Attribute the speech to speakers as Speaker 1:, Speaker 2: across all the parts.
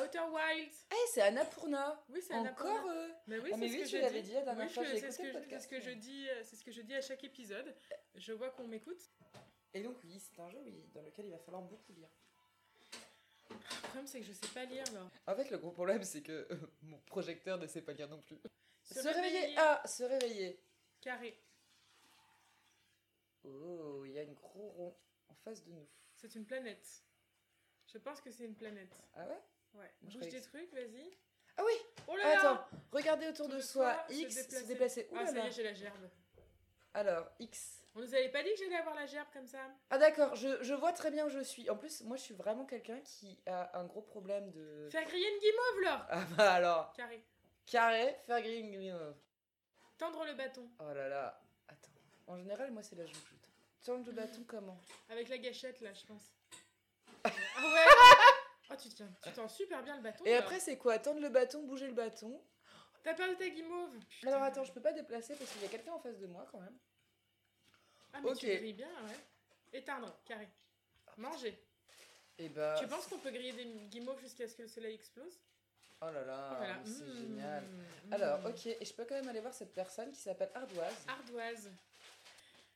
Speaker 1: Outer Wilds
Speaker 2: Eh, c'est Annapurna
Speaker 1: Oui, c'est
Speaker 2: Encore
Speaker 1: Annapurna.
Speaker 2: eux
Speaker 1: Mais oui,
Speaker 2: Ah, mais
Speaker 1: c'est ce
Speaker 2: oui,
Speaker 1: que
Speaker 2: tu
Speaker 1: je
Speaker 2: l'avais
Speaker 1: dis.
Speaker 2: dit la dernière
Speaker 1: Oui, je
Speaker 2: fois,
Speaker 1: le-
Speaker 2: j'ai
Speaker 1: c'est ce
Speaker 2: écouté
Speaker 1: que
Speaker 2: le
Speaker 1: je-
Speaker 2: podcast,
Speaker 1: C'est ce que je
Speaker 2: ouais.
Speaker 1: dis, euh, c'est ce que je dis à chaque épisode. Je vois qu'on m'écoute.
Speaker 2: Et donc, oui, c'est un jeu oui, dans lequel il va falloir beaucoup lire.
Speaker 1: Le problème, c'est que je sais pas lire. Là.
Speaker 2: En fait, le gros problème, c'est que euh, mon projecteur ne sait pas lire non plus.
Speaker 1: Se
Speaker 2: Se, réveiller.
Speaker 1: réveiller.
Speaker 2: Ah, se réveiller
Speaker 1: Carré.
Speaker 2: Oh, il y a une gros rond en face de nous.
Speaker 1: C'est une planète. Je pense que c'est une planète.
Speaker 2: Ah ouais
Speaker 1: Ouais.
Speaker 2: Moi, je
Speaker 1: Bouge
Speaker 2: croyais
Speaker 1: des
Speaker 2: que-
Speaker 1: trucs, vas-y.
Speaker 2: Ah oui
Speaker 1: Oh là là
Speaker 2: Attends, regardez autour
Speaker 1: Autour
Speaker 2: de soi, X
Speaker 1: déplacer.
Speaker 2: se déplacer. Ouh
Speaker 1: Ah,
Speaker 2: là
Speaker 1: ça y
Speaker 2: là.
Speaker 1: est, j'ai la gerbe.
Speaker 2: Alors, X.
Speaker 1: On nous avait pas dit que j'allais avoir la gerbe comme ça
Speaker 2: Ah d'accord, je, je vois très bien où je suis. En plus, moi, je suis vraiment quelqu'un qui a un gros problème de...
Speaker 1: Faire griller une guimauve, Laure
Speaker 2: Ah bah alors,
Speaker 1: Carré.
Speaker 2: carré, faire green, green.
Speaker 1: Tendre le bâton.
Speaker 2: Oh là là, attends. En général, moi, c'est la joute. Tendre le bâton comment
Speaker 1: Avec la gâchette, là, je pense. ah ouais Oh, tu tiens, tu tends super bien le bâton.
Speaker 2: Et
Speaker 1: Laure.
Speaker 2: après, c'est quoi Tendre le bâton, bouger le bâton.
Speaker 1: T'as perdu ta guimauve Putain.
Speaker 2: Alors attends, je peux pas déplacer parce qu'il y a quelqu'un en face de moi quand même.
Speaker 1: Ah, mais
Speaker 2: Ok.
Speaker 1: tu
Speaker 2: Ah,
Speaker 1: grilles bien, ouais. Éteindre, carré. Manger.
Speaker 2: Et bah...
Speaker 1: tu penses qu'on peut griller des guimauves jusqu'à ce que le soleil explose
Speaker 2: Oh là là,
Speaker 1: Voilà.
Speaker 2: mais c'est
Speaker 1: Mmh,
Speaker 2: génial.
Speaker 1: mmh.
Speaker 2: Alors, ok, et je peux quand même aller voir cette personne qui s'appelle Ardoise.
Speaker 1: Ardoise.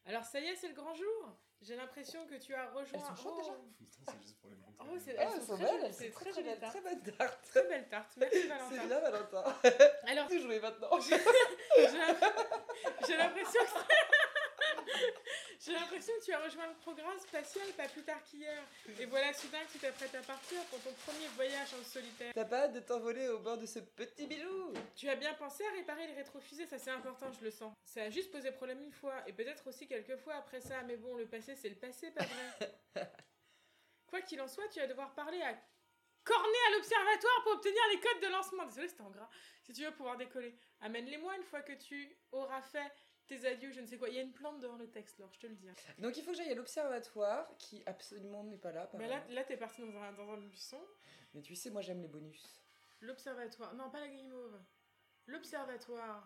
Speaker 1: Alors, ça y est, c'est le grand jour. J'ai l'impression que tu as rejoint.
Speaker 2: Elles sont chaudes, déjà
Speaker 3: Putain, c'est juste pour les montrer.
Speaker 1: Oh, c'est-
Speaker 2: Ah,
Speaker 1: elles
Speaker 2: elles
Speaker 1: sont
Speaker 2: sont
Speaker 1: très
Speaker 2: belles,
Speaker 1: jolies,
Speaker 2: elles
Speaker 1: c'est
Speaker 2: sont
Speaker 1: très
Speaker 2: très
Speaker 1: jolies,
Speaker 2: belles,
Speaker 1: tartes.
Speaker 2: très bonnes tartes.
Speaker 1: Très belle tarte. Merci,
Speaker 2: C'est
Speaker 1: Valentin.
Speaker 2: bien, Valentin.
Speaker 1: Alors,
Speaker 2: Je jouer maintenant.
Speaker 1: j'ai l'imp- j'ai l'impression que. J'ai l'impression que tu as rejoint le programme spatial pas plus tard qu'hier. Et voilà soudain que tu t'apprêtes à partir pour ton premier voyage en solitaire.
Speaker 2: T'as pas hâte de t'envoler au bord de ce petit bijou
Speaker 1: Tu as bien pensé à réparer les rétrofusées, ça c'est important, je le sens. Ça a juste posé problème une fois, et peut-être aussi quelques fois après ça, mais bon, le passé c'est le passé, pas vrai Quoi qu'il en soit, tu vas devoir parler à Cornet à l'observatoire pour obtenir les codes de lancement. Désolé, c'était en gras. Si tu veux pouvoir décoller, amène-les-moi une fois que tu auras fait tes adieux, je ne sais quoi. Il y a une plante devant le texte, Laure, je te le dis.
Speaker 2: Donc il faut que j'aille à l'observatoire, qui absolument n'est pas là. par
Speaker 1: Mais là,
Speaker 2: exemple.
Speaker 1: là t'es parti dans un, dans un buisson.
Speaker 2: Mais tu sais, moi j'aime les bonus.
Speaker 1: L'observatoire. Non, pas la guimauve. L'observatoire.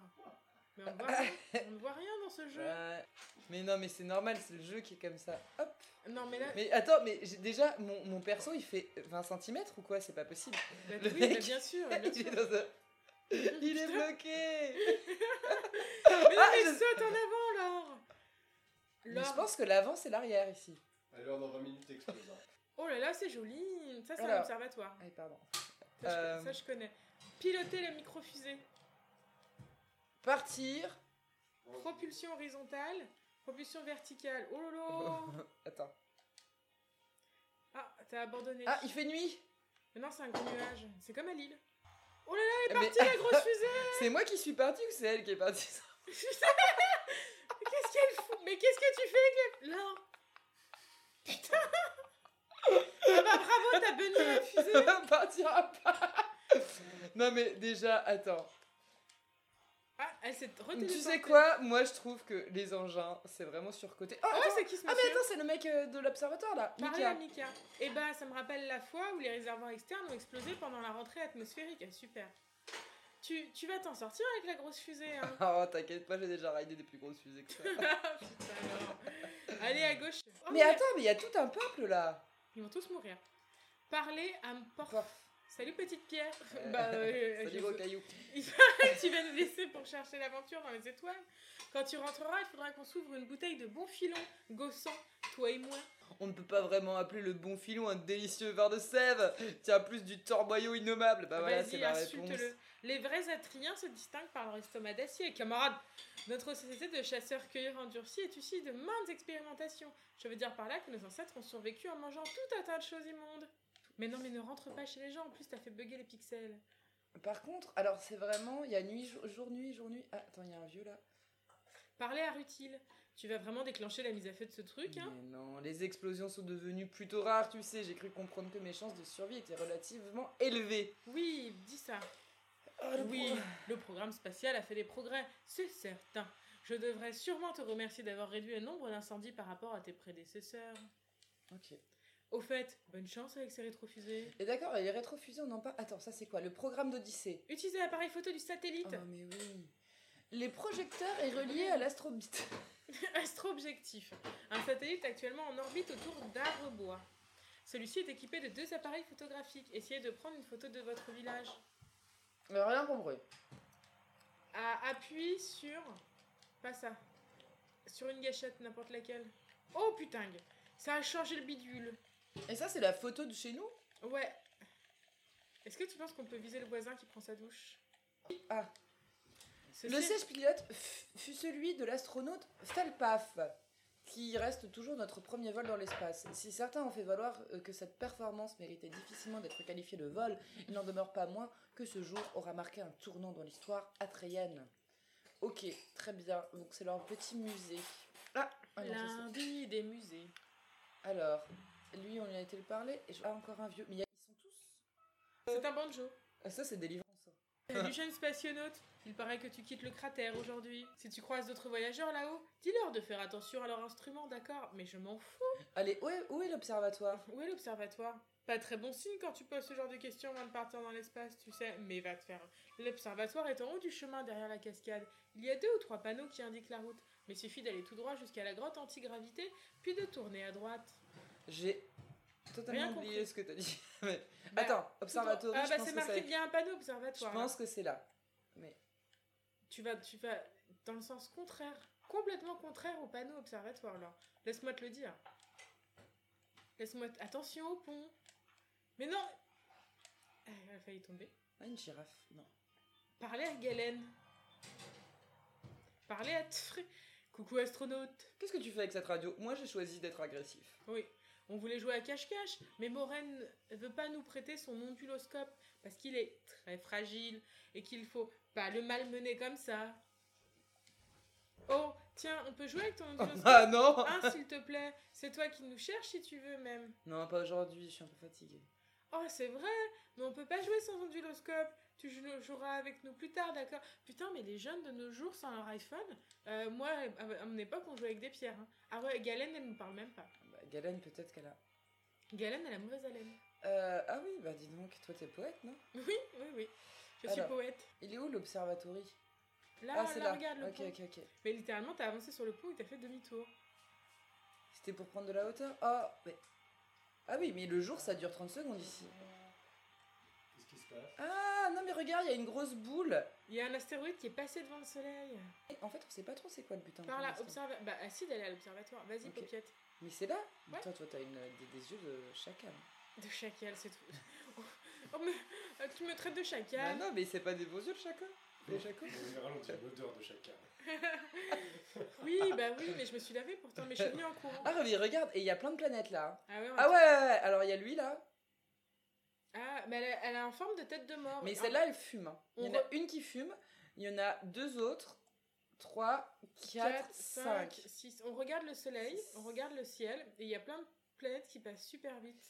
Speaker 1: Mais on ne voit rien. On ne voit rien dans ce jeu.
Speaker 2: Ouais. Mais non, mais c'est normal, c'est le jeu qui est comme ça. Hop
Speaker 1: Non, mais là,
Speaker 2: Mais attends, mais j'ai- déjà, mon, mon perso il fait 20 cm ou quoi C'est pas possible.
Speaker 1: Bah
Speaker 2: Le
Speaker 1: oui,
Speaker 2: mec.
Speaker 1: bah bien sûr,
Speaker 2: Il
Speaker 1: bien sûr.
Speaker 2: est, dans un- il est
Speaker 1: Putain.
Speaker 2: bloqué
Speaker 1: Mais non,
Speaker 2: Ah,
Speaker 1: mais
Speaker 2: je-
Speaker 1: saute en avant, Laure
Speaker 2: Mais je
Speaker 1: Laure.
Speaker 2: pense que l'avant c'est l'arrière ici.
Speaker 3: Alors, dans 20 minutes, explose. hein.
Speaker 1: Oh là là, c'est joli Ça, c'est un
Speaker 2: Alors.
Speaker 1: observatoire.
Speaker 2: Ah, pardon.
Speaker 1: Ça, je-
Speaker 2: Euh.
Speaker 1: ça, je connais. Piloter la microfusée.
Speaker 2: Partir.
Speaker 1: Propulsion horizontale. Propulsion verticale. Oh lolo
Speaker 2: Attends.
Speaker 1: Ah, t'as abandonné.
Speaker 2: Ah, il fait nuit
Speaker 1: Mais non, c'est un gros nuage. C'est comme à Lille. Oh là là, elle est
Speaker 2: Mais-
Speaker 1: partie, la grosse fusée
Speaker 2: C'est moi qui suis partie ou c'est elle qui est partie
Speaker 1: Putain. Mais Qu'est-ce qu'elle fout Mais qu'est-ce que tu fais avec les... Laure Putain Ah bah bravo, t'as béni la fusée
Speaker 2: partira pas. Non mais déjà, attends.
Speaker 1: Ah, elle s'est
Speaker 2: Tu
Speaker 1: retéléportée.
Speaker 2: sais quoi Moi je trouve que les engins, c'est vraiment surcoté. Oh,
Speaker 1: Ah ouais,
Speaker 2: attends.
Speaker 1: c'est qui ce
Speaker 2: Ah,
Speaker 1: monsieur
Speaker 2: mais attends, c'est le mec euh, de l'observatoire là.
Speaker 1: Parler à
Speaker 2: Mika.
Speaker 1: Mika. Eh ben, ça me rappelle la fois où les réservoirs externes ont explosé pendant la rentrée atmosphérique. Ah, super. Tu, tu vas t'en sortir avec la grosse fusée, hein Ah,
Speaker 2: Oh t'inquiète pas, j'ai déjà raidé des plus grosses fusées que ça.
Speaker 1: Putain, alors. Allez, à gauche. Oh,
Speaker 2: Oh, mais attends, mais il y a tout un peuple là.
Speaker 1: Ils vont tous mourir. Parler à Porf.
Speaker 2: Porf.
Speaker 1: Salut, petite pierre.
Speaker 2: Euh,
Speaker 1: bah, euh,
Speaker 2: Salut
Speaker 1: je-
Speaker 2: gros caillou.
Speaker 1: Il paraît que tu vas nous laisser pour chercher l'aventure dans les étoiles. Quand tu rentreras, il faudra qu'on s'ouvre une bouteille de bon filon, gossant, toi et moi.
Speaker 2: On ne peut pas vraiment appeler le bon filon un délicieux vin de sève. Tiens, plus du torboyau innommable. Bah voilà, c'est
Speaker 1: Vas-y,
Speaker 2: ma réponse.
Speaker 1: insulte-le. Les vrais atriens se distinguent par leur estomac d'acier. Camarades, notre société de chasseurs-cueilleurs endurcis est issue de maintes expérimentations. Je veux dire par là que nos ancêtres ont survécu en mangeant tout un tas de choses immondes. Mais non, mais ne rentre pas chez les gens, en plus t'as fait bugger les pixels.
Speaker 2: Par contre, alors c'est vraiment, il y a nuit, jour, jour, nuit, jour, nuit. Ah, attends, il y a un vieux là.
Speaker 1: Parlez à Rutil. Tu vas vraiment déclencher la mise à feu de ce truc, hein
Speaker 2: Mais non, les explosions sont devenues plutôt rares, tu sais. J'ai cru comprendre que mes chances de survie étaient relativement élevées.
Speaker 1: Oui, dis ça. oui, Oh, le programme spatial a fait des progrès, c'est certain. Je devrais sûrement te remercier d'avoir réduit le nombre d'incendies par rapport à tes prédécesseurs.
Speaker 2: Ok.
Speaker 1: Au fait, bonne chance avec ces rétrofusées.
Speaker 2: Et d'accord, et les rétrofusées, on n'en parle. Attends, ça c'est quoi Le programme d'Odyssée.
Speaker 1: Utilisez l'appareil photo du satellite.
Speaker 2: Oh, mais oui. Les projecteurs est relié à l'astrobit.
Speaker 1: Astro-objectif. Un satellite actuellement en orbite autour d'Arrebois. Celui-ci est équipé de deux appareils photographiques. Essayez de prendre une photo de votre village.
Speaker 2: Euh, Rien compris.
Speaker 1: À appui sur. Pas ça. Sur une gâchette, n'importe laquelle. Oh putain Ça a changé le bidule.
Speaker 2: Et ça, c'est la photo de chez nous
Speaker 1: Ouais. Est-ce que tu penses qu'on peut viser le voisin qui prend sa douche
Speaker 2: Ah.
Speaker 1: Ceci
Speaker 2: Le
Speaker 1: est-
Speaker 2: siège pilote f- fut celui de l'astronaute Felpaf, qui reste toujours notre premier vol dans l'espace. Si certains ont fait valoir euh, que cette performance méritait difficilement d'être qualifiée de vol, il n'en demeure pas moins que ce jour aura marqué un tournant dans l'histoire atréienne. Ok, très bien. Donc c'est leur petit musée. Ah, ah non, je sais.
Speaker 1: Lundi des musées.
Speaker 2: Alors, lui, on lui a été le parler. Et je... Ah, encore un vieux. Mais il y a- ils sont tous.
Speaker 1: C'est un banjo.
Speaker 2: Ah, ça, c'est délivrant, ça.
Speaker 1: Salut jeune spationaute, il paraît que tu quittes le cratère aujourd'hui. Si tu croises d'autres voyageurs là-haut, dis-leur de faire attention à leur instrument, d'accord Mais je m'en fous.
Speaker 2: Allez, où est- où est l'observatoire
Speaker 1: Où est l'observatoire Pas très bon signe quand tu poses ce genre de questions avant de partir dans l'espace, tu sais, mais va te faire. L'observatoire est en haut du chemin derrière la cascade. Il y a deux ou trois panneaux qui indiquent la route, mais suffit d'aller tout droit jusqu'à la grotte antigravité, puis de tourner à droite.
Speaker 2: J'ai totalement
Speaker 1: Rien
Speaker 2: oublié
Speaker 1: compris.
Speaker 2: ce que t'as dit. Mais-
Speaker 1: Bah,
Speaker 2: Attends, observatoire,
Speaker 1: Ah
Speaker 2: je
Speaker 1: bah
Speaker 2: pense
Speaker 1: c'est
Speaker 2: que ça-
Speaker 1: marqué, hein. il y a un panneau
Speaker 2: je
Speaker 1: observatoire.
Speaker 2: pense que c'est là.
Speaker 1: Tu vas, tu vas dans le sens contraire, complètement contraire au panneau observatoire, là. Laisse-moi te le dire. Laisse-moi. te- Attention au pont. Mais non Ah, Elle a failli tomber.
Speaker 2: Ah, une girafe, non.
Speaker 1: Parlez à Galen. Parlez à Tfré. Coucou astronaute.
Speaker 2: Qu'est-ce que tu fais avec cette radio Moi, j'ai choisi d'être agressif.
Speaker 1: Oui, on voulait jouer à cache-cache, mais Moren veut pas nous prêter son onduloscope parce qu'il est très fragile et qu'il faut pas le malmener comme ça. Oh, tiens, on peut jouer avec ton onduloscope
Speaker 2: Ah non
Speaker 1: Hein, s'il te plaît, c'est toi qui nous cherches si tu veux même.
Speaker 2: Non, pas aujourd'hui, je suis un peu fatiguée.
Speaker 1: Oh, c'est vrai, mais on peut pas jouer sans onduloscope. Tu jou- joueras avec nous plus tard, d'accord Putain, mais les jeunes de nos jours sans leur iPhone, euh, moi, à à mon époque, on jouait avec des pierres. hein. Ah ouais, Galen, elle nous parle même pas.
Speaker 2: Bah, Galen, peut-être qu'elle a.
Speaker 1: Galen, elle a mauvaise haleine.
Speaker 2: Euh, ah oui, bah dis donc, toi t'es poète, non
Speaker 1: Oui, oui, oui. Je suis
Speaker 2: Alors.
Speaker 1: poète.
Speaker 2: Il est où l'observatory
Speaker 1: Là,
Speaker 2: Ah,
Speaker 1: là,
Speaker 2: c'est là.
Speaker 1: regarde le
Speaker 2: ok,
Speaker 1: pont.
Speaker 2: ok, ok.
Speaker 1: Mais littéralement, t'as avancé sur le pont et t'as fait demi-tour.
Speaker 2: C'était pour prendre de la hauteur Ah, mais- Ah oui, mais le jour ça dure 30 secondes ici.
Speaker 3: Qu'est-ce qui se passe
Speaker 2: Ah non, mais regarde, il y a une grosse boule.
Speaker 1: Il y a un astéroïde qui est passé devant le soleil.
Speaker 2: Et en fait, on sait pas trop c'est quoi le butin.
Speaker 1: Par là, observe. Bah, assis d'aller à l'observatoire. Vas-y,
Speaker 2: Ok.
Speaker 1: copiette.
Speaker 2: Mais c'est là
Speaker 1: Ouais.
Speaker 2: Toi, toi, t'as une, des, des yeux de chacal.
Speaker 1: De chacal, c'est tout. Oh, oh, mais, euh, tu me traites de
Speaker 2: Ah
Speaker 1: chacal
Speaker 2: non, mais c'est pas des beaux yeux de chacal.
Speaker 3: Des
Speaker 2: chacun.
Speaker 3: En général, on dit l'odeur de chacun.
Speaker 1: Oui, bah oui, mais je me suis lavée pourtant, mais je suis venue en courant.
Speaker 2: Ah oui, regarde, et il y a plein de planètes là. hein.
Speaker 1: Ah ouais, on-
Speaker 2: Ah ouais, ouais, ouais. alors il y a lui là,
Speaker 1: Ah, mais elle, a- elle a en forme de tête de mort.
Speaker 2: mais
Speaker 1: Ah,
Speaker 2: celle-là elle fume. hein. Il y en
Speaker 1: on
Speaker 2: a une qui fume, il y en a deux autres, trois, quatre,
Speaker 1: quatre, cinq,
Speaker 2: cinq.
Speaker 1: six. On regarde le soleil,
Speaker 2: Six.
Speaker 1: on regarde le ciel, et il y a plein de planètes qui passent super vite.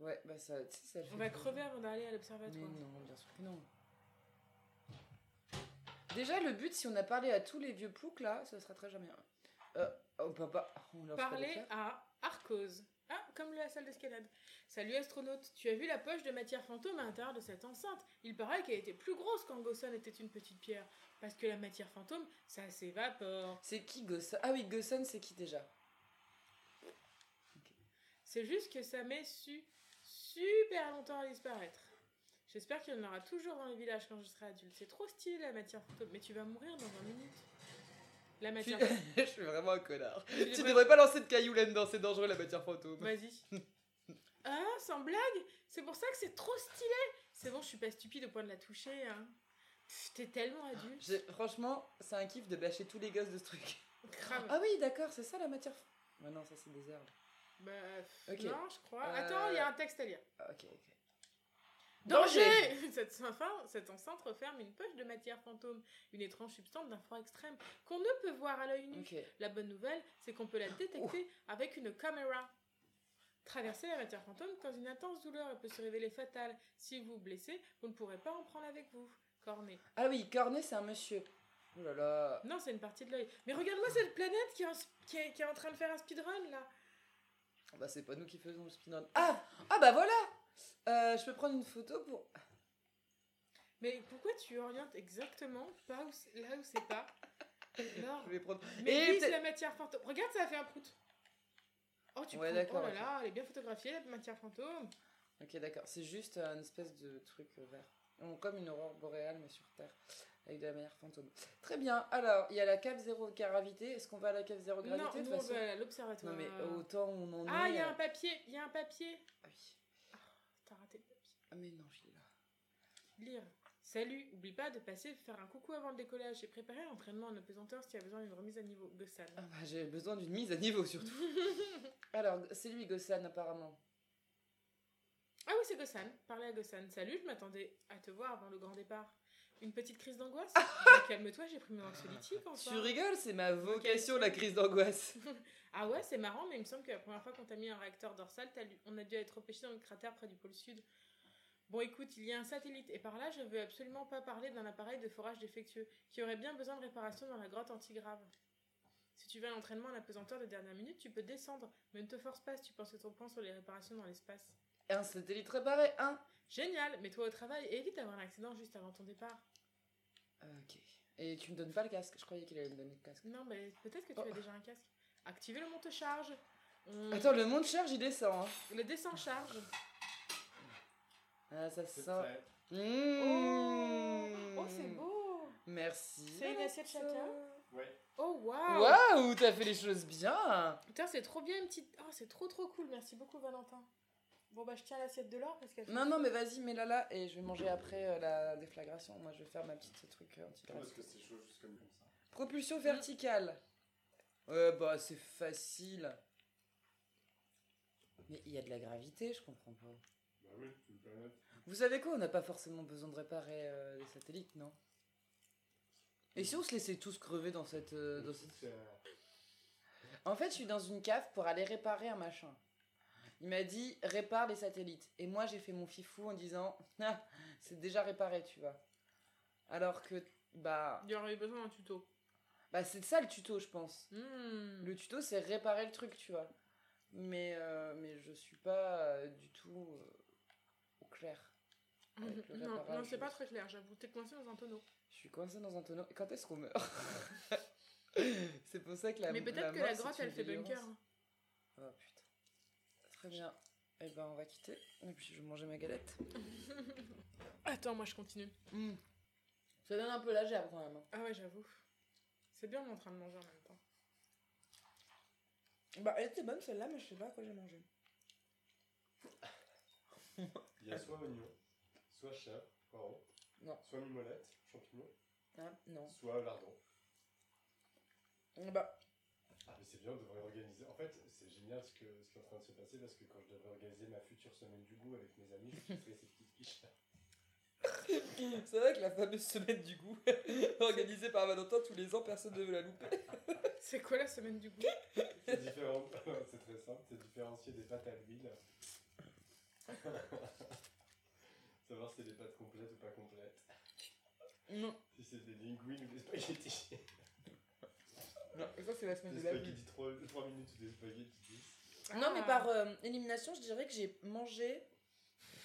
Speaker 2: Ouais, bah ça, tu sais, ça le fait
Speaker 1: On va
Speaker 2: toujours.
Speaker 1: crever avant d'aller à
Speaker 2: Mais
Speaker 1: l'observatoire.
Speaker 2: non, bien sûr que non. Déjà, le but, si on a parlé à tous les vieux ploucs là, ça sera très jamais. Euh, oh papa, on leur fera des
Speaker 1: Parler
Speaker 2: fleurs.
Speaker 1: à Arcos. Ah, comme la salle d'escalade. Salut astronaute, tu as vu la poche de matière fantôme à l'intérieur de cette enceinte Il paraît qu'elle était plus grosse quand Gosson était une petite pierre. Parce que la matière fantôme, ça s'évapore.
Speaker 2: C'est qui Gosson Ah oui, Gosson, c'est qui déjà
Speaker 1: C'est juste que ça met su super longtemps à disparaître. J'espère qu'il y en aura toujours dans les villages quand je serai adulte. C'est trop stylé la matière fantôme, mais tu vas mourir dans 20 minutes. La
Speaker 2: Tu-
Speaker 1: matière
Speaker 2: Je suis vraiment un connard.
Speaker 1: fantôme.
Speaker 2: Tu devrais pas lancer de cailloux là-dedans, c'est dangereux la matière fantôme.
Speaker 1: Vas-y. ah, sans blague C'est pour ça que c'est trop stylé C'est bon, je suis pas stupide au point de la toucher. Hein. Pff, T'es tellement adulte.
Speaker 2: J'ai- Franchement, c'est un kiff de bâcher tous les gosses de ce truc.
Speaker 1: Grave.
Speaker 2: Ah oui, d'accord, c'est ça la matière. fa- Ouais, non, ça c'est des herbes.
Speaker 1: Bah, pff,
Speaker 2: Ok.
Speaker 1: Non, je crois.
Speaker 2: Euh,
Speaker 1: Attends, il y a un texte à lire.
Speaker 2: Ah, ok, ok.
Speaker 1: Danger cette, enfin, cette enceinte referme une poche de matière fantôme, une étrange substance d'un froid extrême qu'on ne peut voir à l'œil nu.
Speaker 2: Ok.
Speaker 1: La bonne nouvelle, c'est qu'on peut la détecter avec une caméra. Traverser la matière fantôme cause une intense douleur et peut se révéler fatale. Si vous vous blessez, vous ne pourrez pas en prendre avec vous. Cornet.
Speaker 2: Ah oui, Cornet, c'est un monsieur. Oh là là.
Speaker 1: Non, c'est une partie de l'œil. Mais regarde-moi cette planète qui est, en, qui, est, qui est en train de faire un speedrun là.
Speaker 2: Ah Bah, c'est pas nous qui faisons le speedrun. Ah Ah bah voilà Euh, Je peux prendre une photo pour.
Speaker 1: Mais pourquoi tu orientes exactement pas où c'est- là où c'est pas Non.
Speaker 2: Je vais prendre.
Speaker 1: Mais
Speaker 2: Et
Speaker 1: oui, c'est
Speaker 2: peut-être-
Speaker 1: la matière fantôme. Regarde, ça a fait un prout. Oh, tu
Speaker 2: Ouais,
Speaker 1: prends...
Speaker 2: d'accord,
Speaker 1: Oh là
Speaker 2: ok.
Speaker 1: là, elle est bien photographiée, la matière fantôme.
Speaker 2: Ok, d'accord. C'est juste euh, une espèce de truc euh, vert. On- Comme une aurore boréale, mais sur Terre, avec de la manière fantôme. Très bien. Alors, il y a la cave zéro gravité. Est-ce qu'on va à la cave zéro
Speaker 1: Non,
Speaker 2: gravité de
Speaker 1: nous,
Speaker 2: toute
Speaker 1: on
Speaker 2: façon
Speaker 1: va à
Speaker 2: Non,
Speaker 1: l'observatoire.
Speaker 2: mais euh, autant on en
Speaker 1: Ah,
Speaker 2: est.
Speaker 1: il y a un
Speaker 2: euh,
Speaker 1: papier, il y a un papier.
Speaker 2: ah oui.
Speaker 1: T'as raté le papier.
Speaker 2: Ah, mais non, je l'ai là.
Speaker 1: Lire. Salut, oublie pas de passer faire un coucou avant le décollage et préparer l'entraînement en apesanteur s'il y a besoin d'une remise à niveau. Gossan.
Speaker 2: Ah, bah, j'ai besoin d'une mise à niveau surtout. Alors, c'est lui, Gossan, apparemment.
Speaker 1: Ah oui, c'est Gossan. Parlez à Gossan. Salut, je m'attendais à te voir avant le grand départ. Une petite crise d'angoisse Mais Calme-toi, j'ai pris mon anxiolytique enfin.
Speaker 2: Tu rigoles, c'est ma vocation, la crise d'angoisse.
Speaker 1: Ah ouais, c'est marrant, mais il me semble que la première fois qu'on t'a mis un réacteur dorsal, t'as lu- on a dû être empêché dans le cratère près du pôle sud. Bon, écoute, il y a un satellite, et par là, je veux absolument pas parler d'un appareil de forage défectueux qui aurait bien besoin de réparation dans la grotte antigrave. Si tu vas à l'entraînement à la pesanteur de dernière minute, tu peux descendre, mais ne te force pas si tu penses trop point sur les réparations dans l'espace.
Speaker 2: Un satellite réparé, hein
Speaker 1: Génial, mets-toi au travail et évite d'avoir un accident juste avant ton départ.
Speaker 2: Ok. Et tu me donnes pas le casque, je croyais qu'il allait me donner le casque.
Speaker 1: Non, mais peut-être que tu
Speaker 2: Oh.
Speaker 1: as déjà un casque. Activez le monte-charge. On-
Speaker 2: Attends, le monde charge, il descend. Hein.
Speaker 1: Le descend charge.
Speaker 2: Ah, ça
Speaker 3: C'est
Speaker 2: sent.
Speaker 3: prêt.
Speaker 2: Mmh.
Speaker 1: Oh, c'est beau.
Speaker 2: Merci.
Speaker 1: C'est une assiette chacun.
Speaker 3: Ouais.
Speaker 1: Oh, waouh.
Speaker 2: Waouh, t'as fait les choses bien.
Speaker 1: Putain, c'est trop bien une petite. Oh, c'est trop trop cool. Merci beaucoup, Valentin. Bon, bah, je tiens l'assiette de l'or parce qu'elle.
Speaker 2: Non, non, mais vas-y, mets-la là et je vais manger après euh, la déflagration. Moi, je vais faire ma petite ce truc euh,
Speaker 3: Comment est-ce
Speaker 2: anti-graisse.
Speaker 3: que c'est chaud juste comme ça
Speaker 2: Propulsion verticale. Euh, bah, c'est facile. Mais il y a de la gravité, je comprends pas.
Speaker 3: Bah oui, une planète.
Speaker 2: Vous savez quoi, on n'a pas forcément besoin de réparer euh, les satellites, non Et si on se laissait tous crever dans cette, euh, dans cette-
Speaker 3: C'est un-
Speaker 2: En fait, je suis dans une cave pour aller réparer un machin. Il m'a dit répare les satellites. Et moi, j'ai fait mon fifou en disant ah, c'est déjà réparé, tu vois. Alors que, bah,
Speaker 1: Il y aurait eu besoin d'un tuto.
Speaker 2: bah c'est ça le tuto, je pense.
Speaker 1: Hmm.
Speaker 2: Le tuto, c'est réparer le truc, tu vois. Mais, euh, mais je suis pas euh, du tout euh, au clair. avec le
Speaker 1: Non,
Speaker 2: réparage,
Speaker 1: non, c'est pas
Speaker 2: je-
Speaker 1: très clair, j'avoue. T'es coincé dans un tonneau.
Speaker 2: Je suis coincée dans un tonneau. Et quand est-ce qu'on meurt C'est pour ça que la
Speaker 1: Mais peut-être que
Speaker 2: mort,
Speaker 1: la
Speaker 2: c'est
Speaker 1: grotte,
Speaker 2: une
Speaker 1: elle fait
Speaker 2: délirance.
Speaker 1: bunker. hein.
Speaker 2: Oh putain. Très bien. Eh ben, on va quitter. Et puis, je vais manger ma galette.
Speaker 1: Attends, moi, je continue.
Speaker 2: Mm. Ça donne un peu la gerbe quand même. hein.
Speaker 1: Ah ouais, j'avoue. C'est bien, on est en train de manger en même temps.
Speaker 2: Bah, elle était bonne celle-là, mais je sais pas à quoi j'ai mangé.
Speaker 3: Il y a soit oignon, soit chat, poireau,
Speaker 2: Non.
Speaker 3: soit mimolette, champignon,
Speaker 2: Hein non.
Speaker 3: soit lardon.
Speaker 2: Bah,
Speaker 3: Ah, mais c'est bien, on devrait organiser. En fait, c'est génial ce, que, ce qui est en train de se passer parce que quand je devrais organiser ma future semaine du goût avec mes amis, je ferai ces petites fiches.
Speaker 2: c'est vrai que la fameuse semaine du goût, organisée par Valentin tous les ans, personne ne veut la louper.
Speaker 1: C'est quoi la semaine du goût
Speaker 3: C'est différent, c'est très simple, c'est différencier des pâtes à l'huile. Savoir si c'est des pâtes complètes ou pas complètes.
Speaker 2: Non.
Speaker 3: Si c'est des linguines ou des spaghettis.
Speaker 2: Et ça, c'est la semaine
Speaker 3: Des
Speaker 2: de la vie.
Speaker 3: spaghettis 3, minutes ou des spaghettis 10.
Speaker 2: Non, mais
Speaker 1: Ah.
Speaker 2: par euh, élimination, je dirais que j'ai mangé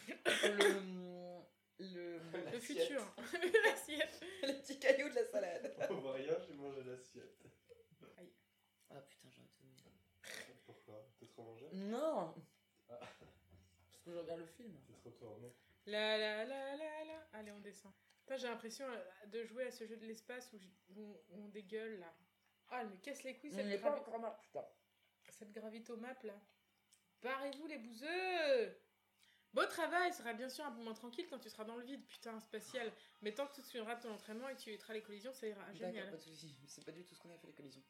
Speaker 2: le, le,
Speaker 1: Le futur. L'assiette.
Speaker 2: les petits cailloux de la salade.
Speaker 3: On voit rien, j'ai mangé l'assiette.
Speaker 2: Ah putain, j'aurais tout mis.
Speaker 3: Pourquoi T'as trop mangé
Speaker 2: Non
Speaker 3: Ah.
Speaker 2: Parce que je regarde le film.
Speaker 3: T'es trop tourné.
Speaker 1: La la la la la. Allez, on descend. Putain, j'ai l'impression euh, de jouer à ce jeu de l'espace où, je- où on dégueule là. Ah, elle me casse les couilles
Speaker 2: Ça
Speaker 1: cette,
Speaker 2: n'est pas
Speaker 1: gravi-
Speaker 2: encore mal, putain.
Speaker 1: cette gravitomap là. Barrez-vous les bouseux Beau travail, sera bien sûr un moment tranquille quand tu seras dans le vide, putain, spatial. Mais tant que tu te souviendras de ton entraînement et que tu éviteras les collisions, ça ira.
Speaker 2: D'accord,
Speaker 1: Ah, Génial.
Speaker 2: pas de soucis. C'est pas du tout ce qu'on a fait les collisions.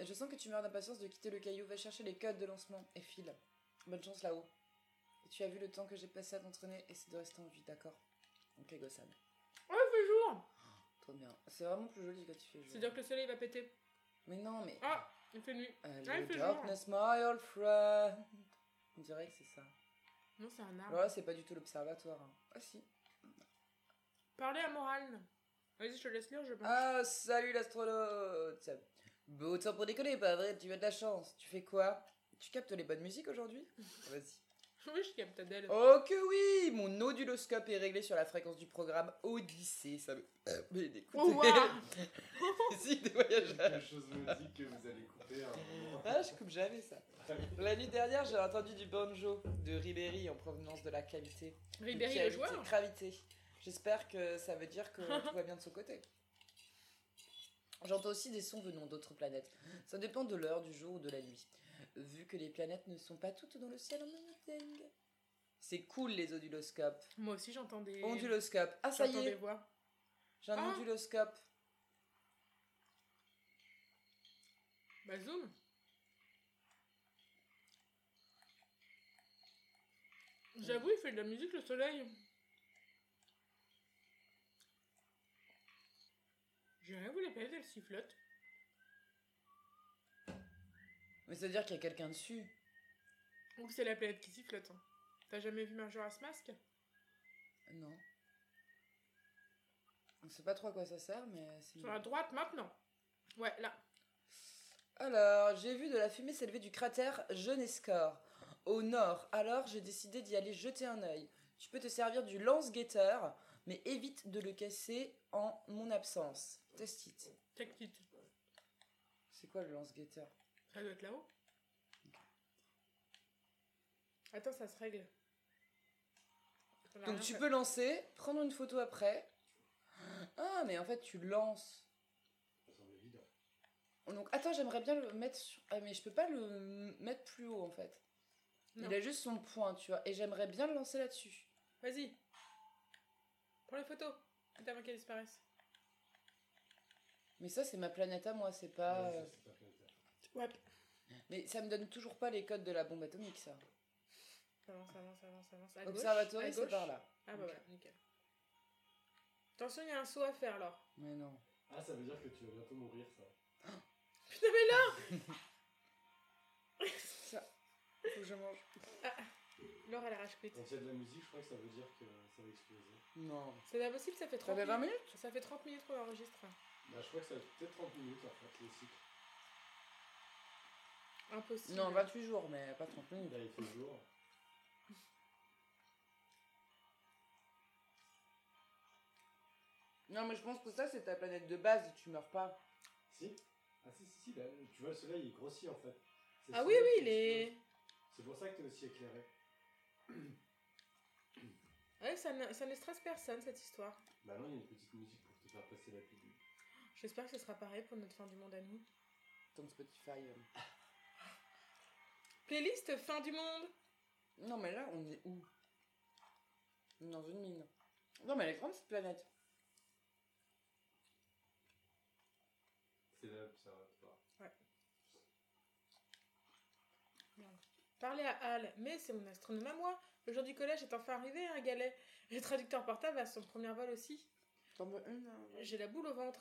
Speaker 2: Je sens que tu meurs d'impatience de quitter le caillou. Va chercher les codes de lancement et file. Bonne chance là-haut. Et Tu as vu le temps que j'ai passé à t'entraîner et c'est de rester en vie, d'accord Ok, Gossam.
Speaker 1: Oh, il fait jour
Speaker 2: Trop bien. C'est vraiment plus joli quand tu fais jour.
Speaker 1: C'est-à-dire que le soleil va péter.
Speaker 2: Mais non, mais.
Speaker 1: Ah, il fait nuit. Ah, il
Speaker 2: Hello,
Speaker 1: fait
Speaker 2: darkness, my old friend. On dirait que c'est ça.
Speaker 1: Non, c'est un arbre.
Speaker 2: Alors là, c'est pas du tout l'observatoire. hein. Ah si.
Speaker 1: Parlez à Morane. Vas-y, je te laisse lire, je pense.
Speaker 2: Ah, salut l'astronaute Beau temps pour décoller, pas vrai Tu as de la chance. Tu fais quoi Tu captes les bonnes musiques aujourd'hui Vas-y.
Speaker 1: Oui, je capte Adèle.
Speaker 2: Oh que oui Mon noduloscope est réglé sur la fréquence du programme Odyssée. Ça veut... Mais écoutez,
Speaker 1: Oh, waouh.
Speaker 2: si, des
Speaker 3: Quelque
Speaker 2: voyageurs.
Speaker 3: chose me dit que vous allez couper un moment.
Speaker 2: Ah, je coupe jamais ça. La nuit dernière, j'ai entendu du banjo de Ribéry en provenance de la cavité.
Speaker 1: Ribéry
Speaker 2: Qui a
Speaker 1: le
Speaker 2: été
Speaker 1: joueur
Speaker 2: gravité. J'espère que ça veut dire que tout va bien de son côté. J'entends aussi des sons venant d'autres planètes. Ça dépend de l'heure, du jour ou de la nuit. Vu que les planètes ne sont pas toutes dans le ciel en même temps. C'est cool les onduloscopes.
Speaker 1: Moi aussi j'entends des.
Speaker 2: Onduloscope. Ah ça y
Speaker 1: J'entends des
Speaker 2: est,
Speaker 1: voix.
Speaker 2: j'ai un
Speaker 1: Ah.
Speaker 2: onduloscope.
Speaker 1: Bah zoom J'avoue, il fait de la musique le soleil. J'irais vous les planètes, elles sifflotent.
Speaker 2: Mais ça veut dire qu'il y a quelqu'un dessus.
Speaker 1: Ou que c'est la planète qui sifflote. hein. T'as jamais vu Majora's Mask
Speaker 2: Non. On sait pas trop à quoi ça sert, mais c'est
Speaker 1: Sur la droite maintenant. Ouais, là.
Speaker 2: Alors, j'ai vu de la fumée s'élever du cratère Jeunescore, au nord. Alors, j'ai décidé d'y aller jeter un œil. Tu peux te servir du lance-guetteur, mais évite de le casser en mon absence. Test it.
Speaker 1: Tactite.
Speaker 2: C'est quoi le lance-guetteur
Speaker 1: Ça doit être là-haut. Attends, ça se règle. Bah, Ça n'a
Speaker 2: Donc,
Speaker 1: rien
Speaker 2: tu
Speaker 1: fait.
Speaker 2: peux lancer, prendre une photo après. Ah, mais en fait, tu lances.
Speaker 3: Ça semble évident.
Speaker 2: Donc, attends, j'aimerais bien le mettre sur. Ah, mais je peux pas le mettre plus haut en fait.
Speaker 1: Non.
Speaker 2: Il a juste son point, tu vois. Et j'aimerais bien le lancer là-dessus.
Speaker 1: Vas-y. Prends les photos. Vite avant qu'elles disparaissent.
Speaker 2: Mais ça, c'est ma planète à moi, c'est pas.
Speaker 3: Ouais, ça,
Speaker 2: euh,
Speaker 3: c'est pas plaisir.
Speaker 1: Ouais.
Speaker 2: Mais ça me donne toujours pas les codes de la bombe atomique, ça.
Speaker 1: Avance, avance, avance, avance. À gauche, à
Speaker 2: Observatoire, c'est
Speaker 1: gauche.
Speaker 2: par là.
Speaker 1: Ah bah
Speaker 2: Ok.
Speaker 1: voilà, nickel. Attention, il y a un saut à faire là.
Speaker 2: Mais non.
Speaker 3: Ah, ça veut dire que tu vas bientôt mourir, ça.
Speaker 1: Putain, mais là
Speaker 2: Faut que je mange.
Speaker 1: Laure, elle arrache cuite.
Speaker 3: Quand il y a de la musique, je crois que ça veut dire que ça va exploser.
Speaker 2: Non.
Speaker 1: C'est pas possible, ça fait
Speaker 2: Ça
Speaker 1: 30
Speaker 2: fait 20
Speaker 1: minutes.
Speaker 2: minutes
Speaker 1: Ça fait 30 minutes qu'on enregistre.
Speaker 3: Bah, je crois que ça va être peut-être 30 minutes, en fait, le cycle.
Speaker 1: Impossible.
Speaker 2: Non, 28 jours, mais pas 30 minutes.
Speaker 3: Là, il fait jour.
Speaker 2: Non, mais je pense que ça, c'est ta planète de base, tu meurs pas.
Speaker 3: Si Ah, si, si, si, là, tu vois, le soleil, il grossit, en fait. C'est
Speaker 1: Ah
Speaker 3: le
Speaker 1: oui,
Speaker 3: soleil
Speaker 1: oui,
Speaker 3: qui
Speaker 1: il est.
Speaker 3: explose. C'est pour ça que t'es aussi éclairé.
Speaker 1: Ouais, ça ne, ça ne stresse personne cette histoire.
Speaker 3: Bah non, il y a une petite musique pour te faire passer la pilule.
Speaker 1: J'espère que ce sera pareil pour notre fin du monde à nous.
Speaker 2: Ton Spotify. euh.
Speaker 1: Playlist fin du monde
Speaker 2: Non, mais là, on est où Dans une mine. Non, mais elle est grande cette planète.
Speaker 3: C'est là, ça va pas.
Speaker 1: Parler à Al, mais c'est mon astronome à moi. Le jour du collège est enfin arrivé, un galet. Le traducteur portable a son premier vol aussi.
Speaker 2: T'en veux une hein Je
Speaker 1: J'ai la boule au ventre.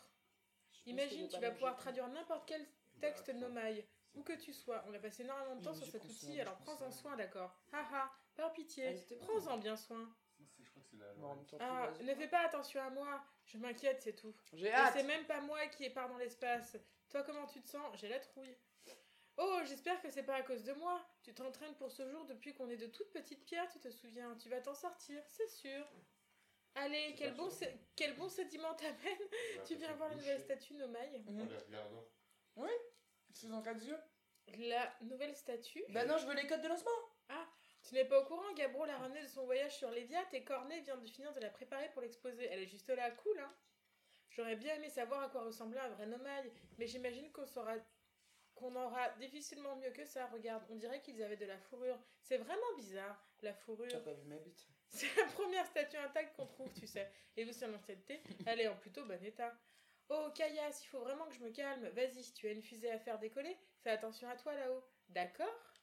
Speaker 2: pense que
Speaker 1: Imagine,
Speaker 2: j'ai
Speaker 1: tu
Speaker 2: pas
Speaker 1: vas
Speaker 2: mangé.
Speaker 1: pouvoir traduire n'importe quel texte
Speaker 3: Bah,
Speaker 1: nomaille, où que tu sois. On a passé énormément de temps
Speaker 2: Oui,
Speaker 1: sur
Speaker 2: je
Speaker 1: cet
Speaker 2: pense
Speaker 1: outil,
Speaker 2: ça,
Speaker 1: alors
Speaker 2: je pense
Speaker 1: prends-en
Speaker 2: ça.
Speaker 1: soin, d'accord Haha, par
Speaker 2: Ah,
Speaker 1: pitié,
Speaker 2: c'était bon.
Speaker 1: prends-en bien soin.
Speaker 3: Ça, c'est- Je crois que c'est la.
Speaker 2: Bon, en même temps,
Speaker 1: Ah,
Speaker 2: tu-
Speaker 1: ne fais pas attention à moi, je m'inquiète, c'est tout.
Speaker 2: J'ai
Speaker 1: Et
Speaker 2: hâte
Speaker 1: c'est même pas moi qui pars dans l'espace. Toi, comment tu te sens J'ai la trouille. Oh, j'espère que c'est pas à cause de moi. Tu t'entraînes pour ce jour depuis qu'on est de toutes petites pierres, tu te souviens. Tu vas t'en sortir, c'est sûr. Allez,
Speaker 3: C'est
Speaker 1: quel
Speaker 3: pas
Speaker 1: bon,
Speaker 3: sûr.
Speaker 1: sé- quel bon sédiment t'amène.
Speaker 2: Bah,
Speaker 3: On va
Speaker 1: Tu
Speaker 3: pas
Speaker 1: viens
Speaker 3: te
Speaker 1: voir la
Speaker 3: boucher
Speaker 1: nouvelle statue Nomaille.
Speaker 3: En
Speaker 2: Mhm.
Speaker 3: les regardant.
Speaker 2: C'est dans quatre yeux
Speaker 1: La nouvelle statue
Speaker 2: Bah non, je veux les codes de lancement
Speaker 1: Tu n'es pas au courant, Gabro l'a ramenée de son voyage sur Léviat et Cornet vient de finir de la préparer pour l'exposer. Elle est juste là, cool, hein J'aurais bien aimé savoir à quoi ressemblait un vrai nomaille, mais j'imagine qu'on saura... qu'on aura difficilement mieux que ça. Regarde, on dirait qu'ils avaient de la fourrure. C'est vraiment bizarre, la
Speaker 2: T'as
Speaker 1: fourrure.
Speaker 2: pas vu ma bite
Speaker 1: C'est la première statue intacte qu'on trouve, tu sais. Et vous, sur l'ancienneté, elle est en plutôt bon état. Oh, Kayas, il faut vraiment que je me calme. Vas-y, si tu as une fusée à faire décoller, fais attention à toi là-haut. D'accord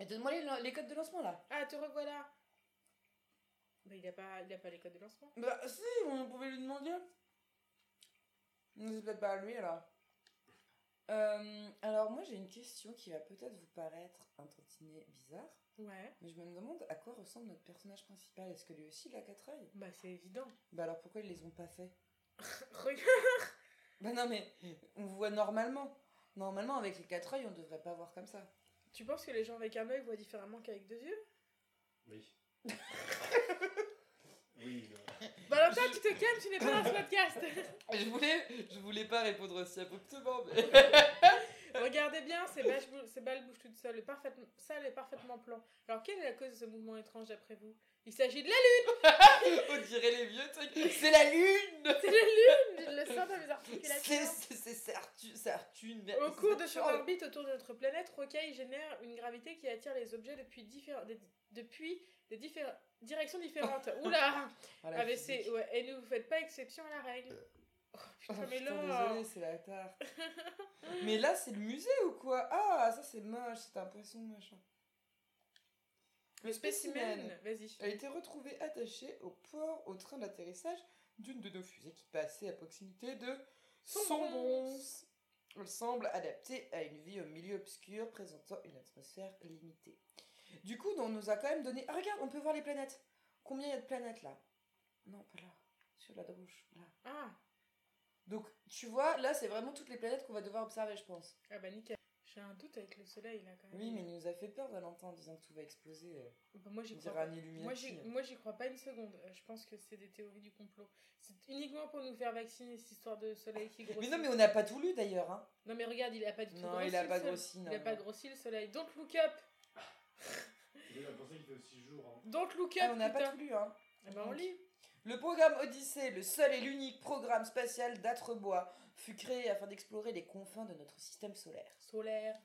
Speaker 2: Et donne-moi les, les codes de lancement là
Speaker 1: Ah, te revoilà Bah, il a pas, il a pas les codes de lancement.
Speaker 2: Bah si, on pouvait lui demander. Mais C'est peut-être pas à lui alors. Euh, alors moi j'ai une question qui va peut-être vous paraître un tantinet bizarre,
Speaker 1: Ouais.
Speaker 2: mais je me demande à quoi ressemble notre personnage principal. Est-ce que lui aussi il a quatre yeux
Speaker 1: Bah, c'est évident.
Speaker 2: Bah alors pourquoi ils les ont pas fait
Speaker 1: Regarde
Speaker 2: Bah non mais on voit normalement. Normalement avec les quatre yeux on devrait pas voir comme ça.
Speaker 1: Tu penses que les gens avec un œil voient différemment qu'avec deux yeux
Speaker 3: Oui. oui, non.
Speaker 1: Valentin,
Speaker 4: Je-
Speaker 1: Bah, tu te calmes, tu n'es pas dans ce podcast.
Speaker 4: Je voulais, je voulais pas répondre aussi abruptement, mais.
Speaker 1: Regardez bien, ces balles, bou- ces balles bougent toutes seules. et parfaitement- ça, elle est parfaitement plan. Alors, quelle est la cause de ce mouvement étrange d'après vous Il s'agit de la
Speaker 4: On dirait les vieux trucs. C'est la lune
Speaker 1: lune, c'est la lune Je le sens dans mes
Speaker 4: C'est
Speaker 1: articulations.
Speaker 4: c'est- c'est- c'est Artu- c'est Arthune, merde.
Speaker 1: Au
Speaker 4: c'est
Speaker 1: cours de son
Speaker 4: Arthur.
Speaker 1: orbite autour de notre planète, Rocaille génère une gravité qui attire les objets depuis, diffé- des, depuis des diffé- directions différentes. Oula
Speaker 2: Voilà,
Speaker 1: AVC,
Speaker 2: Ah, physique.
Speaker 1: Ah, ouais, et ne vous faites pas exception à la règle. Oh,
Speaker 2: Oh,
Speaker 1: putain, mais
Speaker 2: putain,
Speaker 1: là
Speaker 2: désolé, c'est la tarte.
Speaker 4: Mais là, c'est le musée ou quoi
Speaker 2: Ah, ça c'est moche, c'est un poisson machin.
Speaker 1: Le spécimen, vas-y.
Speaker 2: a été retrouvée attachée au port au train d'atterrissage d'une de nos fusées qui passait à proximité de
Speaker 1: Sombrons.
Speaker 2: Sombrons. Elle semble adaptée à une vie au milieu obscur présentant une atmosphère limitée. Du coup, on nous a quand même donné. Ah, regarde, on peut voir les planètes. Combien il y a de planètes là Non, pas là. Sur la gauche, là.
Speaker 1: Ah,
Speaker 2: Donc, tu vois, là, c'est vraiment toutes les planètes qu'on va devoir observer, je pense.
Speaker 1: ah bah nickel. J'ai un doute avec le soleil là quand même.
Speaker 2: Oui, mais il nous a fait peur, Valentin, en disant que tout va exploser. euh,
Speaker 1: Bah, moi j'y
Speaker 2: On
Speaker 1: crois
Speaker 2: dirait
Speaker 1: pas.
Speaker 2: un Illuminati.
Speaker 1: Moi j'y, moi j'y crois pas une seconde. Euh, Je pense que c'est des théories du complot. C'est uniquement pour nous faire vacciner cette histoire de soleil qui grossit.
Speaker 2: Mais non, mais on n'a pas tout lu d'ailleurs. Hein.
Speaker 1: Non, mais regarde, il a pas du tout
Speaker 2: Non,
Speaker 1: grossi.
Speaker 2: il a
Speaker 1: le
Speaker 2: pas
Speaker 1: soleil.
Speaker 2: grossi, non,
Speaker 1: Il a pas
Speaker 2: non.
Speaker 1: grossi le soleil. Don't look up.
Speaker 3: Il a pensé qu'il fait aussi jour. hein.
Speaker 1: Don't look up.
Speaker 2: Ah, on n'a pas
Speaker 1: putain.
Speaker 2: tout lu. Hein.
Speaker 1: Ah bah on lit.
Speaker 2: Le programme Odyssée, le seul et l'unique programme spatial d'Atrebois, fut créé afin d'explorer les confins de notre système solaire.
Speaker 1: Solaire.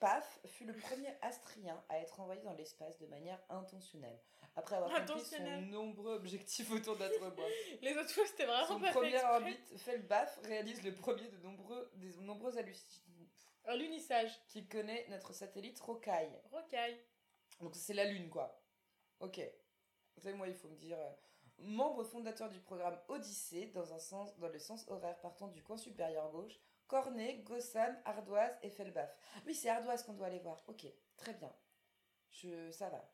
Speaker 2: Paf fut le premier astrien à être envoyé dans l'espace de manière intentionnelle, après avoir accompli son
Speaker 1: Intentionnelle.
Speaker 2: nombreux objectifs autour d'Atrebois.
Speaker 1: Les autres fois c'était vraiment
Speaker 2: son
Speaker 1: pas fait
Speaker 2: premier
Speaker 1: exprès.
Speaker 2: orbite, Felbaf, réalise le premier de nombreux, des nombreux hallucinations
Speaker 1: Un lunissage.
Speaker 2: qui connaît notre satellite Rocaille.
Speaker 1: Rocaille.
Speaker 2: Donc c'est la Lune, quoi. Ok. Vous savez, moi, il faut me dire... euh, membre fondateur du programme Odyssée, dans, un sens, dans le sens horaire partant du coin supérieur gauche, Cornet, Gossan, Ardoise et Felbaf. Oui, c'est Ardoise qu'on doit aller voir. Ok, très bien. Je... ça va.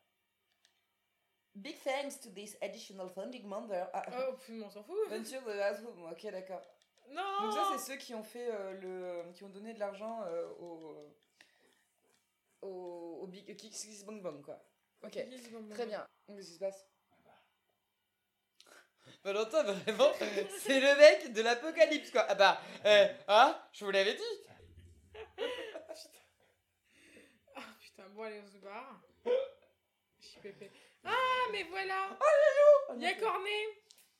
Speaker 2: Big thanks to this additional funding member. Ah,
Speaker 1: Oh, pff, mais on s'en fout.
Speaker 2: Venture the Asylum. Ok, d'accord.
Speaker 1: Non.
Speaker 2: Donc ça, c'est ceux qui ont fait euh, le, qui ont donné de l'argent euh, au, au, au Big Kick Six Bang Bang, quoi. Ok.
Speaker 1: Yes, bon, bon,
Speaker 2: Très
Speaker 1: bon.
Speaker 2: bien. Qu'est-ce qui se passe
Speaker 4: Valentin, vraiment, c'est le mec de l'apocalypse, quoi. Ah bah, euh, hein, je vous l'avais dit.
Speaker 1: Ah putain, bon allez on se barre. Je suis pépé. Ah mais voilà. Il y a Cornet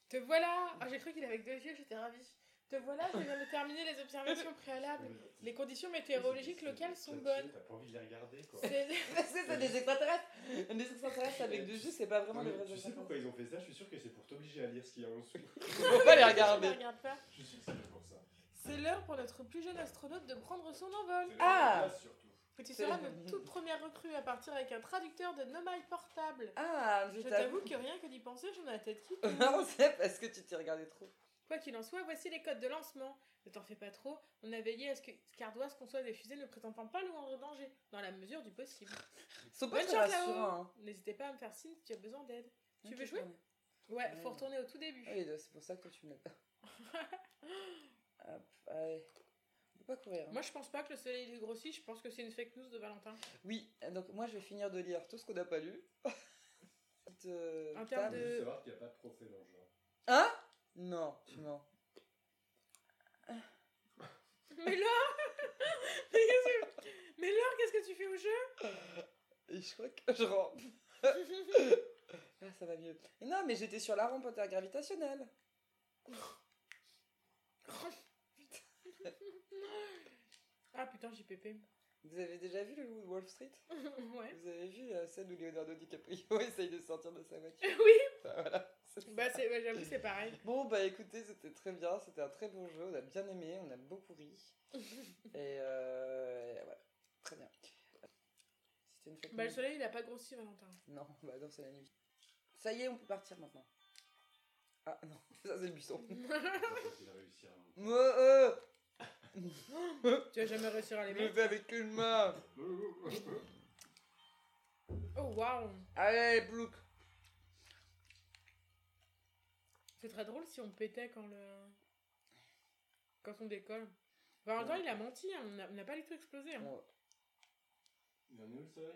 Speaker 1: Te voilà Ah, J'ai cru qu'il avait avec deux yeux, j'étais ravie. Te voilà, je viens de terminer les observations préalables. Ah, Les conditions météorologiques locales sont bonnes.
Speaker 3: T'as pas envie de les regarder quoi.
Speaker 1: C'est-
Speaker 2: C'est ça, des extraterrestres Des extraterrestres avec deux jeux, c'est pas vraiment
Speaker 3: Non,
Speaker 2: des
Speaker 3: mais
Speaker 2: vrais
Speaker 3: tu sais
Speaker 2: extraterrestres.
Speaker 3: pourquoi ils ont fait ça Je suis sûr que c'est pour t'obliger à lire ce qu'il y a en dessous.
Speaker 4: Faut pas les
Speaker 1: Je
Speaker 4: regarder.
Speaker 1: les regarde pas.
Speaker 3: Je suis sûr que c'est pour ça.
Speaker 1: C'est l'heure pour notre plus jeune astronaute de prendre son envol.
Speaker 3: C'est
Speaker 2: Ah
Speaker 3: la place, surtout.
Speaker 1: Et tu seras notre toute première recrue à partir avec un traducteur de Nomail portable.
Speaker 2: Ah,
Speaker 1: Je t'avoue que rien que d'y penser, j'en ai la tête qui tourne.
Speaker 4: Non, c'est parce que tu t'es regardé trop.
Speaker 1: Quoi qu'il en soit, voici les codes de lancement. Ne t'en fais pas trop, on a veillé à ce que Cardoise conçoive des fusées ne prétendant pas le rendre en danger, dans la mesure du possible.
Speaker 2: Ils sont
Speaker 1: Bonne
Speaker 2: pas très
Speaker 1: chance là-haut.
Speaker 2: rassurants. hein.
Speaker 1: N'hésitez pas à me faire signe si tu as besoin d'aide. Tu
Speaker 2: Ok,
Speaker 1: veux jouer
Speaker 2: pardon.
Speaker 1: Ouais,
Speaker 2: Ouais.
Speaker 1: faut retourner au tout début.
Speaker 2: Ah Oui, donc c'est pour ça que toi tu me l'as pas. Hop, allez. On peut pas courir. hein.
Speaker 1: Moi, je pense pas que le soleil est grossi, je pense que c'est une fake news de Valentin.
Speaker 2: Oui, donc moi je vais finir de lire tout ce qu'on n'a pas lu. Petite, euh,
Speaker 1: En termes
Speaker 3: Je
Speaker 2: table.
Speaker 1: de-
Speaker 3: veux juste savoir qu'il n'y a pas de trophée dans le jeu.
Speaker 2: Hein Non, tu mens.
Speaker 1: Mais Laure Mais qu'est-ce que- Mais Laure, qu'est-ce que tu fais au jeu
Speaker 2: Et je crois que je rampe. Ah, ça va mieux. Mais non, mais j'étais sur la rampe intergravitationnelle.
Speaker 1: Ah putain, j'ai pépé.
Speaker 2: Vous avez déjà vu le loup de Wall Street
Speaker 1: ouais.
Speaker 2: Vous avez vu la scène où Leonardo DiCaprio essaye de sortir de sa voiture
Speaker 1: oui
Speaker 2: Enfin, voilà. C'est
Speaker 1: Bah,
Speaker 2: ça.
Speaker 1: c'est- bah, j'avoue, c'est pareil.
Speaker 2: Bon, bah écoutez, c'était très bien, c'était un très bon jeu, on a bien aimé, on a beaucoup ri. et, euh, et ouais, très bien. C'était une fête.
Speaker 1: Bah, le soleil, il a pas grossi, Valentin.
Speaker 2: Non, bah non, c'est la nuit. Ça y est, on peut partir maintenant. Ah non, ça c'est le buisson.
Speaker 3: Il a réussi à monter.
Speaker 2: Moi, euh,
Speaker 1: tu vas jamais réussir à les
Speaker 4: Je le
Speaker 1: mettre.
Speaker 4: fais avec une main.
Speaker 1: Oh waouh
Speaker 2: Allez, Blouk
Speaker 1: C'est très drôle si on pétait quand le. Quand on décolle. Valentin, il a menti, hein, on n'a on n'a pas du tout explosé. hein.
Speaker 2: Bon,
Speaker 3: Il en est où le soleil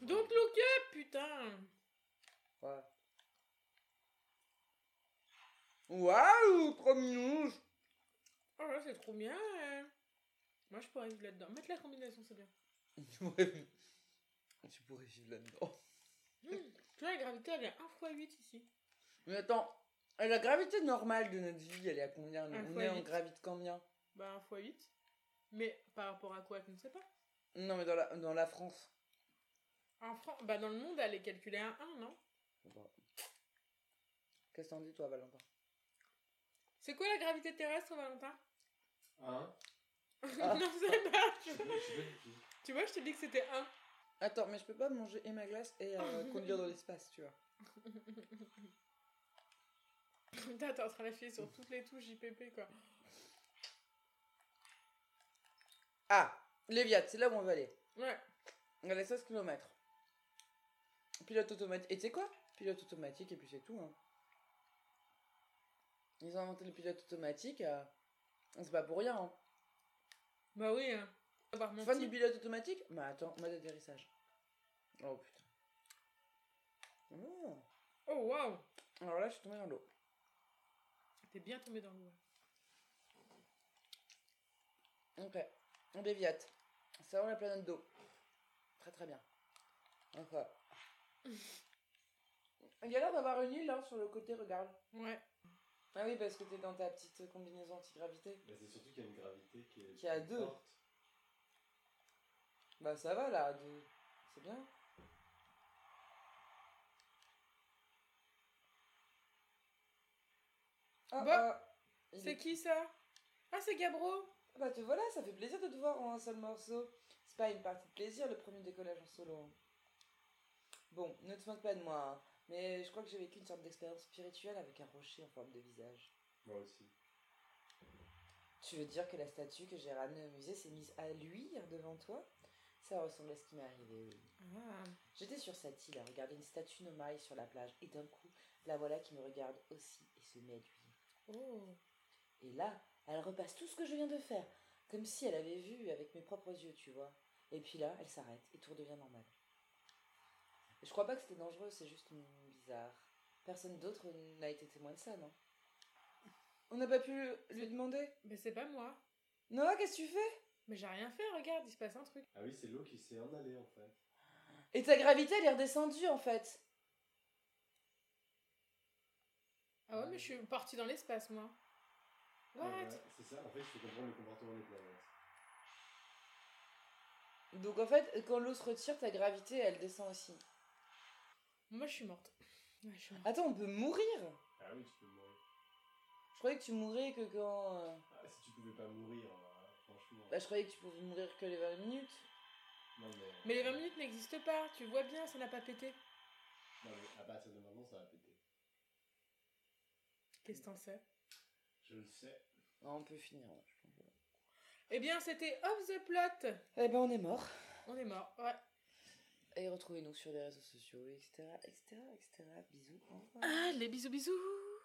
Speaker 1: Don't look up, putain
Speaker 2: Ouais. Waouh, trop mignon
Speaker 1: Oh là, c'est trop bien euh. Moi, je pourrais vivre là-dedans. Mettre la combinaison, c'est bien.
Speaker 2: Tu pourrais- Tu pourrais vivre là-dedans.
Speaker 1: Hmm. Tu vois, la gravité, elle est 1 x 8 ici.
Speaker 2: Mais attends, la gravité normale de notre vie, elle est à combien
Speaker 1: Un
Speaker 2: On
Speaker 1: fois
Speaker 2: est en
Speaker 1: huit.
Speaker 2: gravité combien
Speaker 1: Bah, 1 x 8. Mais par rapport à quoi, je ne sais pas.
Speaker 2: Non, mais dans la, dans la France.
Speaker 1: En Fran- bah, dans le monde, elle est calculée à 1, non
Speaker 2: Qu'est-ce que t'en dis, toi, Valentin
Speaker 1: C'est quoi la gravité terrestre, Valentin
Speaker 3: Hein
Speaker 2: Ah.
Speaker 1: Non, c'est pas.
Speaker 3: Je suis pas du tout.
Speaker 1: Tu vois, je te dis que c'était 1.
Speaker 2: Attends, mais je peux pas manger et ma glace et euh, conduire dans l'espace, tu vois.
Speaker 1: Putain, t'es en train d'appuyer sur toutes les touches JPP, quoi.
Speaker 2: Ah, Léviat, c'est là où on va aller.
Speaker 1: Ouais.
Speaker 2: On est à 16 km. Pilote automatique. Et tu sais quoi Pilote automatique, et puis c'est tout. Hein. Ils ont inventé le pilote automatique. euh, C'est pas pour rien. Hein.
Speaker 1: Bah oui, hein. Avoir
Speaker 2: Fin
Speaker 1: menti.
Speaker 2: du pilote automatique Bah attends, mode d'atterrissage. Oh putain. Oh.
Speaker 1: Oh, waouh
Speaker 2: Alors là, je suis tombé dans l'eau.
Speaker 1: T'es bien tombé dans l'eau. hein.
Speaker 2: Ok. On déviate. Ça rend la planète d'eau. Très très bien. Ok. Il y a l'air d'avoir une île hein, sur le côté, regarde.
Speaker 1: Ouais.
Speaker 2: Ah oui, parce que t'es dans ta petite combinaison anti-gravité.
Speaker 3: Mais Bah, c'est surtout qu'il y a une gravité qui est.
Speaker 2: Qui est à
Speaker 3: plus
Speaker 2: deux.
Speaker 3: forte.
Speaker 2: Bah ça va là, de- c'est bien. Ah,
Speaker 1: Bah,
Speaker 2: ah, il est-
Speaker 1: C'est qui ça Ah, c'est Gabro
Speaker 2: Ah Bah te voilà, ça fait plaisir de te voir en un seul morceau. C'est pas une partie de plaisir le premier décollage en solo. hein. Bon, ne te moque pas de moi, hein, mais je crois que j'ai vécu une sorte d'expérience spirituelle avec un rocher en forme de visage.
Speaker 3: Moi aussi.
Speaker 2: Tu veux dire que la statue que j'ai ramenée au musée s'est mise à luire devant toi Ça ressemble à ce qui m'est arrivé, oui.
Speaker 1: Ah.
Speaker 2: J'étais sur cette île à regarder une statue nomaille sur la plage et d'un coup, la voilà qui me regarde aussi et se met à lui.
Speaker 1: Oh.
Speaker 2: Et là, elle repasse tout ce que je viens de faire, comme si elle avait vu avec mes propres yeux, tu vois. Et puis là, elle s'arrête et tout redevient normal. Je crois pas que c'était dangereux, c'est juste mm, bizarre. Personne d'autre n'a été témoin de ça, non On n'a pas pu lui demander
Speaker 1: Mais c'est pas moi.
Speaker 2: Noah, qu'est-ce que tu fais
Speaker 1: Mais j'ai rien fait, regarde, il se passe un truc.
Speaker 3: Ah oui, c'est l'eau qui s'est en allée en fait.
Speaker 2: Et ta gravité, elle est redescendue en fait.
Speaker 1: Ah ouais, mais je suis partie dans l'espace, moi. What
Speaker 3: Ouais, ouais, c'est ça, en fait, il faut comprendre le comportement des planètes.
Speaker 2: Donc en fait, quand l'eau se retire, ta gravité, elle descend aussi.
Speaker 1: Moi, je suis morte. Ouais, je suis morte.
Speaker 2: Attends, on peut mourir
Speaker 3: Ah oui, tu peux mourir.
Speaker 2: Je croyais que tu mourais que quand. euh,
Speaker 3: Ah, si tu pouvais pas mourir, euh, franchement.
Speaker 2: Bah, je croyais que tu pouvais mourir que les 20 minutes.
Speaker 3: Non, mais. euh,
Speaker 1: Mais les 20 minutes n'existent pas, tu vois bien, ça n'a pas pété.
Speaker 3: Non, mais à partir de maintenant, ça va péter.
Speaker 1: Qu'est-ce que t'en sais
Speaker 3: Je le sais.
Speaker 2: Non, on peut finir. ouais, je pense.
Speaker 1: Eh bien, c'était Off the Plot
Speaker 2: Eh ben, on est mort.
Speaker 1: On est mort, ouais.
Speaker 2: Et
Speaker 1: Ah
Speaker 2: retrouvez-nous sur les réseaux sociaux, etc., etc., etc. Bisous. au revoir.
Speaker 1: Allez, bisous, bisous